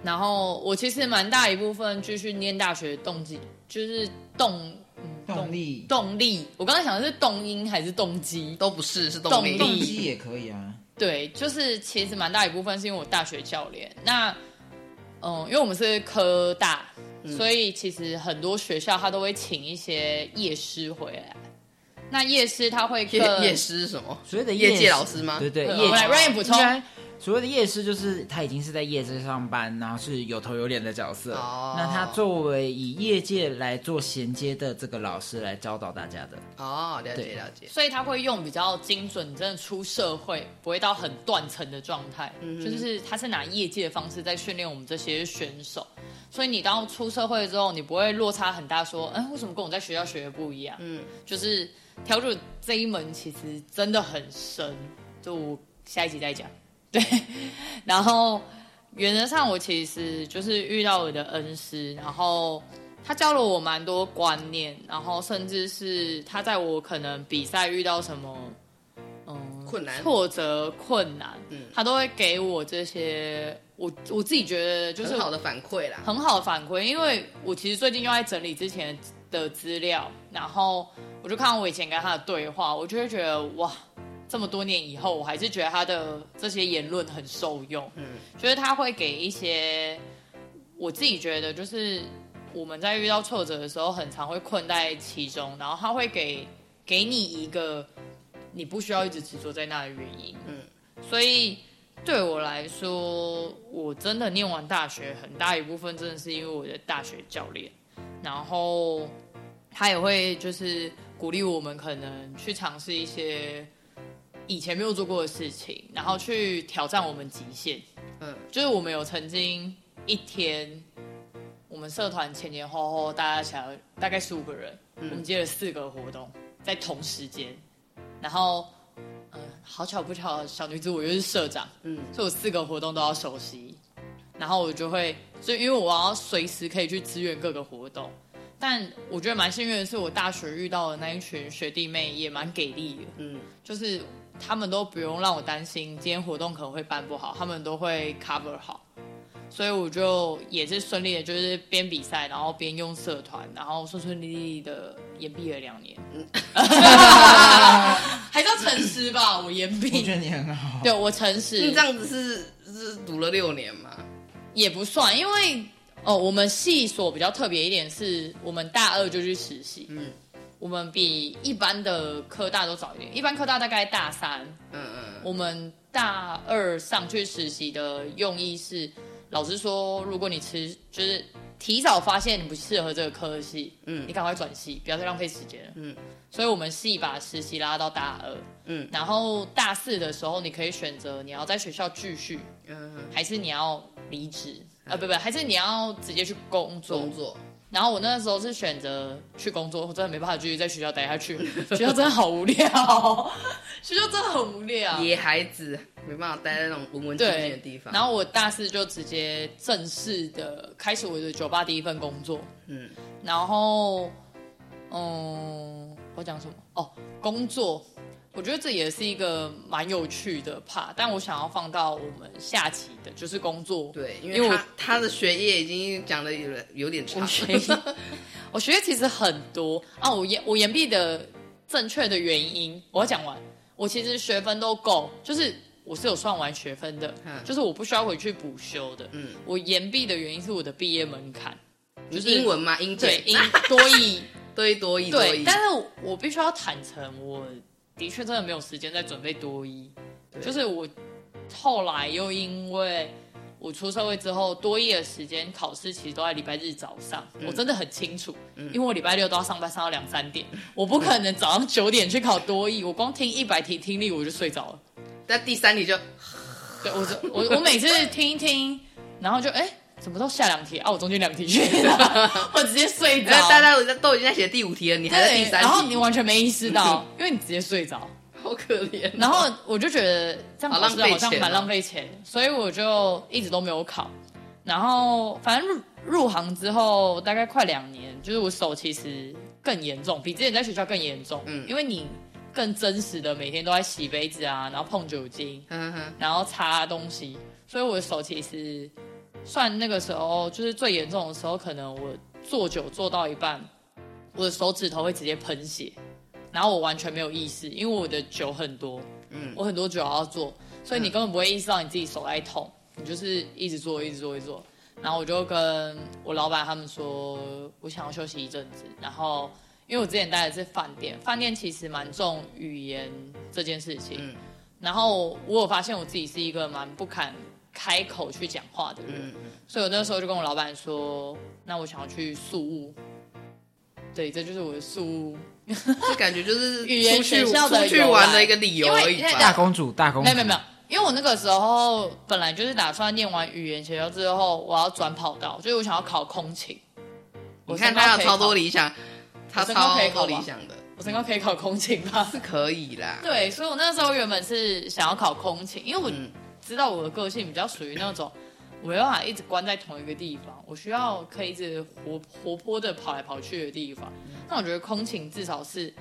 Speaker 1: 然后我其实蛮大一部分继续念大学的动机，就是动、嗯、
Speaker 3: 动力
Speaker 1: 动力。我刚才想的是动因还是动机？
Speaker 2: 都不是，是
Speaker 1: 动
Speaker 2: 嗯动
Speaker 1: 力
Speaker 2: 力。
Speaker 1: 动
Speaker 3: 也可以啊。
Speaker 1: 对，就是其实蛮大一部分是因为我大学教练。那嗯，因为我们是科大，
Speaker 2: 嗯
Speaker 1: 所以其实很多学校他都会请一些夜师回来。那夜师他会
Speaker 2: 夜
Speaker 1: 跟
Speaker 2: 夜师是什么？
Speaker 3: 所谓的
Speaker 2: 业
Speaker 3: 师
Speaker 2: 界老师吗
Speaker 3: 对对，
Speaker 1: 对
Speaker 3: 业
Speaker 1: 我们来呃 Ryan 补充
Speaker 3: 应该所谓的夜市就是他已经是在业界上班，然后是有头有脸的角色。
Speaker 2: 哦
Speaker 3: 那他作为以业界来做衔接的这个老师来教导大家的，
Speaker 2: 哦，了解
Speaker 3: 对
Speaker 2: 了解。
Speaker 1: 所以他会用比较精准，真的出社会不会到很断层的状态，就是他是拿业界的方式在训练我们这些选手。所以你到出社会之后，你不会落差很大，说，哎，为什么跟我在学校学的不一样？
Speaker 2: 嗯
Speaker 1: 嗯，就是调酒这一门其实真的很深，就我下一集再讲。对，然后原则上我其实就是遇到我的恩师，然后他教了我蛮多观念，然后甚至是他在我可能比赛遇到什么，嗯，
Speaker 2: 困难。
Speaker 1: 挫折、困难，
Speaker 2: 嗯
Speaker 1: 他都会给我这些，我我自己觉得就是
Speaker 2: 很好的反馈啦，
Speaker 1: 很好的反馈，因为我其实最近又在整理之前的资料，然后我就看我以前跟他的对话，我就会觉得哇，这么多年以后，我还是觉得他的这些言论很受用，嗯，就是他会给一些我自己觉得就是我们在遇到挫折的时候，很常会困在其中，然后他会给给你一个你不需要一直执着在那的原因，
Speaker 2: 嗯
Speaker 1: 嗯，所以。对我来说，我真的念完大学，很大一部分真的是因为我的大学教练，然后他也会就是鼓励我们可能去尝试一些以前没有做过的事情，然后去挑战我们极限。
Speaker 2: 嗯，
Speaker 1: 就是我们有曾经一天，我们社团前前后后大家想大概十五个人，我们接了四个活动在同时间，然后。嗯，好巧不巧，小女子我又是社长，
Speaker 2: 嗯，
Speaker 1: 所以我四个活动都要熟悉，然后我就会，就因为我要随时可以去支援各个活动。但我觉得蛮幸运的是，我大学遇到的那一群学弟妹也蛮给力的，
Speaker 2: 嗯，
Speaker 1: 就是他们都不用让我担心今天活动可能会办不好，他们都会 cover 好。所以我就也是顺利的，就是边比赛，然后边用社团，然后顺顺利利的延毕了两年， 还叫诚实吧，我延
Speaker 3: 我觉得
Speaker 1: 毕。嗯
Speaker 3: 你很好。
Speaker 1: 对我诚实，
Speaker 2: 你这样子是是读了六年嘛？
Speaker 1: 也不算，因为哦，我们系所比较特别一点是，我们大二就去实习，
Speaker 2: 嗯
Speaker 1: 我们比一般的科大都早一点，一般科大大概大三，
Speaker 2: 嗯
Speaker 1: 我们大二上去实习的用意是，老师说，如果你吃就是提早发现你不适合这个科系，
Speaker 2: 嗯
Speaker 1: 嗯，你赶快转系，不要再浪费时间了，
Speaker 2: 嗯
Speaker 1: 嗯。所以我们系把实习拉到大二，
Speaker 2: 嗯
Speaker 1: 嗯，然后大四的时候你可以选择你要在学校继续，
Speaker 2: 嗯嗯，
Speaker 1: 还是你要离职？呃，不不，还是你要直接去工作
Speaker 2: 工。作
Speaker 1: 然后我那时候是选择去工作，我真的没办法继续在学校待下去， 学校真的好无 聊，学校真的很无聊。
Speaker 2: 野孩子没办法待在那种文文静静的
Speaker 1: 对
Speaker 2: 地，方。
Speaker 1: 然后我大四就直接正式的开始我的酒吧第一份工作，
Speaker 2: 嗯
Speaker 1: 然后，嗯，我讲什么？哦，工作，我觉得这也是一个蛮有趣的 part，但我想要放到我们下期的，就是工作。
Speaker 2: 对，因
Speaker 1: 因为
Speaker 2: 为
Speaker 1: 我
Speaker 2: 他他的学业已经讲的有点有点长
Speaker 1: 我， 学 业，我学业其实很多啊。我研我研毕的正确的原因，我要讲完。我其实学分都够，就是我是有算完学分的，
Speaker 2: 嗯
Speaker 1: 就是我不需要回去补修的。
Speaker 2: 嗯
Speaker 1: 我研毕的原因是我的毕业门槛，
Speaker 2: 就
Speaker 1: 就是是
Speaker 2: 英文嘛，英
Speaker 1: 对
Speaker 2: 检，
Speaker 1: 因多益
Speaker 2: 多一多一多
Speaker 1: 对
Speaker 2: 一，，
Speaker 1: 但是我我必须要坦诚，我的确真的没有时间再准备多一，
Speaker 2: 对
Speaker 1: 就是我后来又因为我出社会之后，多一的时间考试其实都在礼拜日早上，
Speaker 2: 嗯
Speaker 1: 我真的很清楚，因为我礼拜六都要上班，上到两三 点，我不可能早上九点去考多一，我光听一百题听力我就睡着了。
Speaker 2: 但第三题就
Speaker 1: 对我就我我每次听一听，然后就哎、怎么都下两题啊？我中间两题去了， 我直接睡着。
Speaker 2: 大家都都已经在写第五题了，你还在
Speaker 1: 对，
Speaker 2: 第三
Speaker 1: 然后
Speaker 2: 题
Speaker 1: 你，完全没意识 到，因为你直接睡着。
Speaker 2: 好可怜哦。
Speaker 1: 然后我就觉得这样
Speaker 2: 好
Speaker 1: 考试
Speaker 2: 浪费
Speaker 1: 好像
Speaker 2: 钱
Speaker 1: 蛮
Speaker 2: 哦
Speaker 1: 浪费钱的，所以我就一直都没有考。然后反正入入行之后大概快两年，就是我手其实更严重，比之前在学校更严重。
Speaker 2: 嗯
Speaker 1: 嗯，因为你更真实的每天都在洗杯子啊，然后碰酒精，
Speaker 2: 嗯哼，
Speaker 1: 然后擦东西，所以我的手其实算那个时候就是最严重的时候，可能我做酒做到一半，我的手指头会直接喷血，然后我完全没有意识，因为我的酒很多，嗯，
Speaker 2: 嗯
Speaker 1: 我很多酒要做，所以你根本不会意识到你自己手在痛，你就是一直做，一直做，一直做。然后我就跟我老板他们说，我想要休息一阵子。然后，因为我之前待的是饭店，饭店其实蛮重语言这件事情，
Speaker 2: 嗯
Speaker 1: 然后我有发现我自己是一个蛮不敢开口去讲话的人，
Speaker 2: 嗯
Speaker 1: 所以我那时候就跟我老板说，那我想要去宿务。对，这就是我的宿务。
Speaker 2: 这感觉就是
Speaker 1: 语言
Speaker 2: 出去
Speaker 1: 学校的
Speaker 2: 出去
Speaker 1: 由
Speaker 2: 玩
Speaker 1: 来
Speaker 2: 的一个理由
Speaker 1: 因为
Speaker 2: 而已
Speaker 1: 因为
Speaker 2: 吧
Speaker 3: 大。公主，大公主，
Speaker 1: 没有没有没有，因为我那个时候本来就是打算念完语言学校之后，我要转跑道，就是我想要考空勤。
Speaker 2: 你
Speaker 1: 我
Speaker 2: 看
Speaker 1: 身高
Speaker 2: 他有
Speaker 1: 可以
Speaker 2: 超
Speaker 1: 考
Speaker 2: 多理想，他
Speaker 1: 我身高
Speaker 2: 超
Speaker 1: 可以
Speaker 2: 多
Speaker 1: 考
Speaker 2: 理
Speaker 1: 吧
Speaker 2: 想的，
Speaker 1: 我身高可以考空勤吧？
Speaker 2: 是可以啦。
Speaker 1: 对，所以我那时候原本是想要考空勤，因为我
Speaker 2: 嗯
Speaker 1: 知道我的个性比较属于那种，我没办法一直关在同一个地方，我需要可以一直活活泼的跑来跑去的地方。那我觉得空勤至少是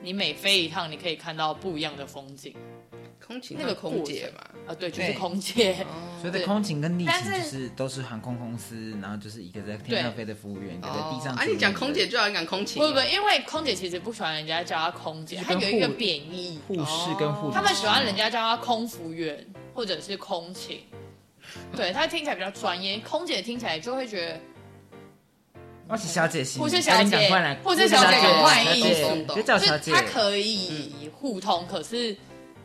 Speaker 1: 你每飞一趟，你可以看到不一样的风景。
Speaker 2: 空勤
Speaker 1: 那
Speaker 2: 那
Speaker 1: 个
Speaker 2: 个
Speaker 1: 过
Speaker 2: 空姐嘛，
Speaker 1: 啊，对，就是
Speaker 3: 对
Speaker 1: 空姐，
Speaker 3: 所以
Speaker 1: 对
Speaker 3: 在空勤跟地勤
Speaker 1: 但
Speaker 3: 就是是都是航空公司，然后就是一个在
Speaker 1: 对
Speaker 3: 天上飞的服务员，一个在
Speaker 2: 哦
Speaker 3: 地上。
Speaker 2: 啊，你讲空姐，就要讲空勤
Speaker 1: 不，不，因为空姐其实不喜欢人家叫她空姐，
Speaker 3: 就是
Speaker 1: 她
Speaker 3: 跟
Speaker 1: 有一个
Speaker 3: 护
Speaker 1: 贬义，
Speaker 3: 护士跟护
Speaker 1: 哦
Speaker 3: 理师嘛，
Speaker 1: 他们喜欢人家叫她空服员或者是空勤，对，她听起来比较专业，空姐听起来就会觉得。
Speaker 3: 哇。而且小姐型，
Speaker 1: 护士小姐
Speaker 3: 哎你赶快来，
Speaker 1: 护士小姐
Speaker 2: 赶快
Speaker 3: 小姐
Speaker 2: 意思
Speaker 3: 别叫
Speaker 1: 就
Speaker 3: 小
Speaker 1: 是
Speaker 3: 姐，
Speaker 1: 它可以互通，可是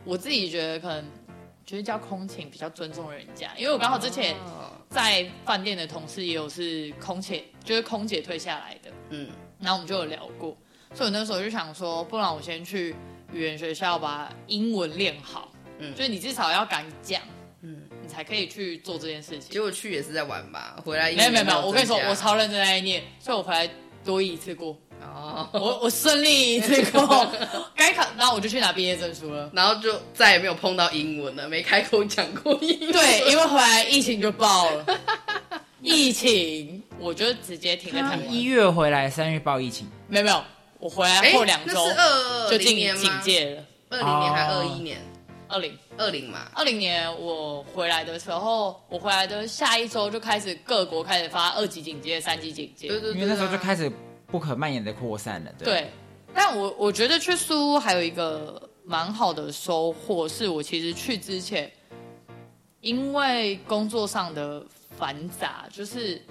Speaker 1: 我自己觉得可能觉得叫空勤比较尊重人家，因为我刚好之前
Speaker 2: 哦
Speaker 1: 在饭店的同事也有是空姐，就是空姐退下来的，
Speaker 2: 嗯，
Speaker 1: 然后我们就有聊过，所以我那时候就想说，不然我先去语言学校把英文练好，
Speaker 2: 嗯
Speaker 1: 就是你至少要敢讲，
Speaker 2: 嗯
Speaker 1: 你才可以去做这件事情
Speaker 2: 结。果去也是在玩吧，回来
Speaker 1: 没有没有没有，我跟你说，我
Speaker 2: 操
Speaker 1: 超认真在念，所以我回来多一次过。
Speaker 2: 哦，
Speaker 1: 我我顺利这个该考，然后我就去拿毕业证书了。
Speaker 2: 然后就再也没有碰到英文了，没开口讲过英文。
Speaker 1: 对，因为后来疫情就爆了，疫情啊我就直接停在
Speaker 3: 她
Speaker 1: 台
Speaker 3: 一
Speaker 1: 湾。
Speaker 3: 月回来，三月报疫情，
Speaker 1: 没有没有，我回来
Speaker 2: 哎，
Speaker 1: 后两
Speaker 2: 那
Speaker 1: 周
Speaker 2: 是二
Speaker 1: 就
Speaker 2: 零
Speaker 1: 进
Speaker 2: 年
Speaker 1: 警
Speaker 2: 吗？
Speaker 1: 戒了。
Speaker 2: 二零年还二
Speaker 3: 哦
Speaker 2: 一年？
Speaker 1: 二零
Speaker 2: 二零嘛，
Speaker 1: 二零年我回来的时候，我回来的下一周就开始各国开始发二级警戒、三级警戒。
Speaker 2: 对对对啊，
Speaker 3: 因为那时候就开始不可蔓延的扩散了，
Speaker 1: 对，但我我觉得去苏屋还有一个蛮好的收获，是我其实去之前，因为工作上的繁杂，就是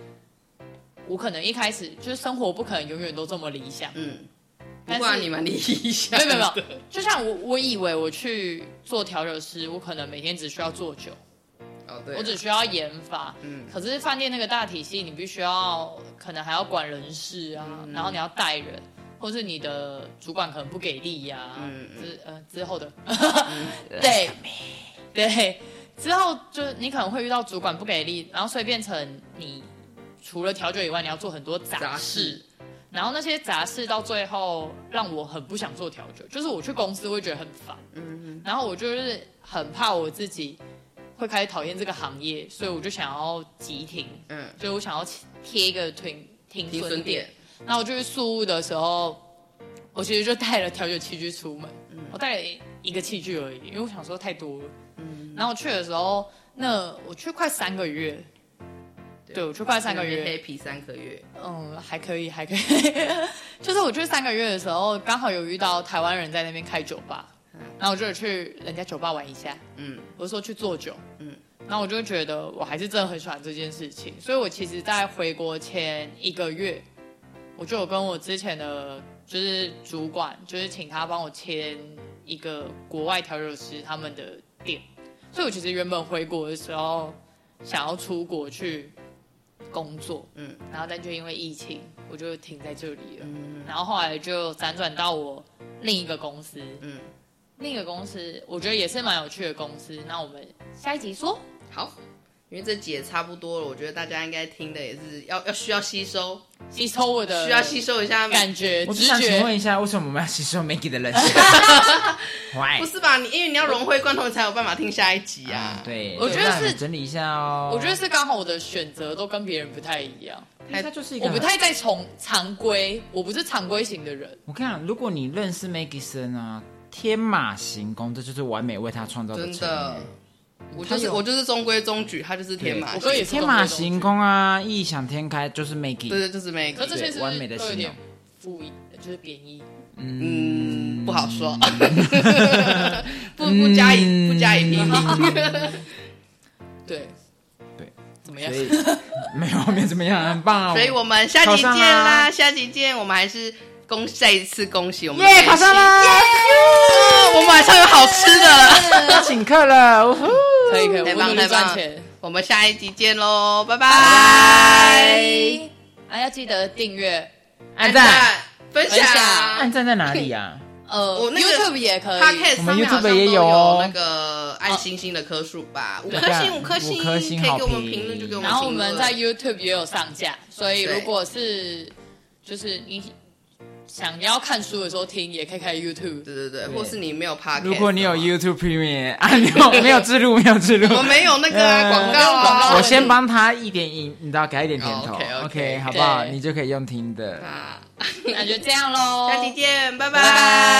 Speaker 1: 我可能一开始就是生活不可能永远都这么理想，
Speaker 2: 嗯，不
Speaker 1: 但
Speaker 2: 过啊
Speaker 1: 是
Speaker 2: 你蛮理想
Speaker 1: 没
Speaker 2: 的，
Speaker 1: 有没有没有，就像我我以为我去做调酒师，我可能每天只需要做酒，
Speaker 2: 哦对啊，
Speaker 1: 我只需要研发，
Speaker 2: 嗯
Speaker 1: 可是饭店那个大体系，你必须要可能还要管人事
Speaker 2: 嗯
Speaker 1: 啊，然后你要带人，或是你的主管可能不给力呀、
Speaker 2: 嗯嗯
Speaker 1: 之呃之后的， 对对，之后就是你可能会遇到主管不给力，然后所以变成你除了调酒以外，你要做很多杂
Speaker 2: 杂
Speaker 1: 事
Speaker 2: 事。
Speaker 1: 然后那些杂事到最后让我很不想做调酒，就是我去公司会觉得很烦，
Speaker 2: 嗯
Speaker 1: 然后我就是很怕我自己会开始讨厌这个行业，所以我就想要急停，
Speaker 2: 嗯，
Speaker 1: 所以我想要贴一个停停
Speaker 2: 停
Speaker 1: 损
Speaker 2: 损
Speaker 1: 点
Speaker 2: 点。，
Speaker 1: 那我就去宿务的时候，我其实就带了调酒器具出门，我带了一个器具而已，因为我想说太多了。
Speaker 2: 嗯，
Speaker 1: 然后我去的时候，那我去快三个月，
Speaker 2: 对
Speaker 1: 对我去快三个月，
Speaker 2: ，happy 三个月，
Speaker 1: 嗯，还可以， 还可以。就是我去三个月的时候，刚好有遇到台湾人在那边开酒吧，然后我就有去人家酒吧玩一下，
Speaker 2: 嗯，
Speaker 1: 我就说去做酒，嗯
Speaker 2: 嗯，
Speaker 1: 然后我就觉得我还是真的很喜欢这件事情，所以我其实，在回国前一个月，我就有跟我之前的就是主管，就是请他帮我签一个国外调酒师他们的店，所以我其实原本回国的时候想要出国去工作，嗯
Speaker 2: 嗯，
Speaker 1: 然后但就因为疫情，我就停在这里了，
Speaker 2: 嗯
Speaker 1: 然后后来就辗转到我另一个公司，
Speaker 2: 嗯，
Speaker 1: 另一个公司，我觉得也是蛮有趣的公司。那我们下一集说，
Speaker 2: 好，因为这集也差不多了，我觉得大家应该听的也是要要需要吸收，
Speaker 1: 吸收我的
Speaker 2: 需要吸收一下
Speaker 1: 感觉、
Speaker 3: 我只
Speaker 1: 直
Speaker 3: 想请
Speaker 1: 觉。
Speaker 3: 问一下，为什么我们要吸收 Maggie 的人生？Why？
Speaker 2: 不是吧？你因为你要融会贯通，你才有办法听下一集啊。
Speaker 3: 嗯，对，
Speaker 1: 我觉得
Speaker 3: 那你
Speaker 1: 是
Speaker 3: 整理一下哦。
Speaker 1: 我觉得是刚好我的选择都跟别人不太一样，
Speaker 3: 它就是一个
Speaker 1: 我
Speaker 3: 很
Speaker 1: 不太在从常规，我不是常规型的人。
Speaker 3: 我跟你讲，如果你认识 Maggie 森啊，天马行空，这就是完美为他创造
Speaker 2: 真
Speaker 3: 成
Speaker 2: 的
Speaker 3: 员。，
Speaker 2: 我就是我就是中规中矩，他就是天马
Speaker 1: 我
Speaker 2: 行，
Speaker 1: 哥也是
Speaker 3: 天马行空啊，异想天开就是 Maggie。
Speaker 2: 对对，就是每
Speaker 1: 可
Speaker 2: 个
Speaker 1: 是这些是不
Speaker 3: 完美
Speaker 1: 是
Speaker 3: 的
Speaker 1: 都有
Speaker 3: 形
Speaker 1: 点
Speaker 3: 容
Speaker 1: 负一，就是贬义。
Speaker 2: 嗯不 好说，不不加以不加以批评。
Speaker 1: 对
Speaker 3: 嗯对，
Speaker 1: 怎么样
Speaker 3: 所？以没有没有怎么样，很棒啊。
Speaker 2: 所以我们下集见
Speaker 3: 考上啊
Speaker 2: 啦，
Speaker 3: 啦
Speaker 2: 下集见，我们还是恭再一次恭喜我们的
Speaker 3: 耶，
Speaker 2: 梅西
Speaker 3: 考上啦，
Speaker 2: 我们晚上有好吃的，
Speaker 3: 要请客了，呜呼！
Speaker 1: 可以可以，我
Speaker 2: 太
Speaker 1: 努
Speaker 2: 棒
Speaker 1: 力
Speaker 2: 太
Speaker 1: 赚
Speaker 2: 棒
Speaker 1: 钱。！
Speaker 2: 我们下一集见喽，拜拜！
Speaker 1: 啊，要记得订阅。
Speaker 3: 按赞，
Speaker 2: 分
Speaker 1: 分享
Speaker 2: 享
Speaker 3: 按。赞在哪里啊 呀？
Speaker 1: 呃、
Speaker 2: 我那个
Speaker 1: YouTube 也可以。
Speaker 2: Podcast 上
Speaker 3: 我们
Speaker 2: 面好
Speaker 3: YouTube
Speaker 2: 像
Speaker 3: 也
Speaker 2: 都
Speaker 3: 有哦
Speaker 2: 那个按星星的颗数吧，五
Speaker 3: 对
Speaker 2: 颗星，
Speaker 3: 五
Speaker 2: 五颗星，
Speaker 3: 颗星
Speaker 2: 可以
Speaker 3: 好
Speaker 2: 给我们
Speaker 3: 评
Speaker 2: 评论就给我们
Speaker 1: 然
Speaker 2: 评论。
Speaker 1: 后我们在 YouTube 也有上架，所以
Speaker 2: 对
Speaker 1: 如果是就是你想要看书的时候听，也可以开 YouTube。
Speaker 2: 对对对，或是你没有 Podcast，
Speaker 3: 如果你有
Speaker 2: 的话
Speaker 3: YouTube Premium 啊，没 有没有植入，没有植入，
Speaker 2: 我们没有那个啊
Speaker 3: 呃
Speaker 2: 广告
Speaker 1: 广告
Speaker 2: 啊，
Speaker 3: 我先帮他一点引，你知道，给他一点甜头
Speaker 2: 哦，OK，OK，
Speaker 3: 好不好？
Speaker 1: 对
Speaker 3: 你就可以用听的。
Speaker 2: 啊，
Speaker 1: 那就这样喽，
Speaker 2: 下期见，拜
Speaker 1: 拜拜。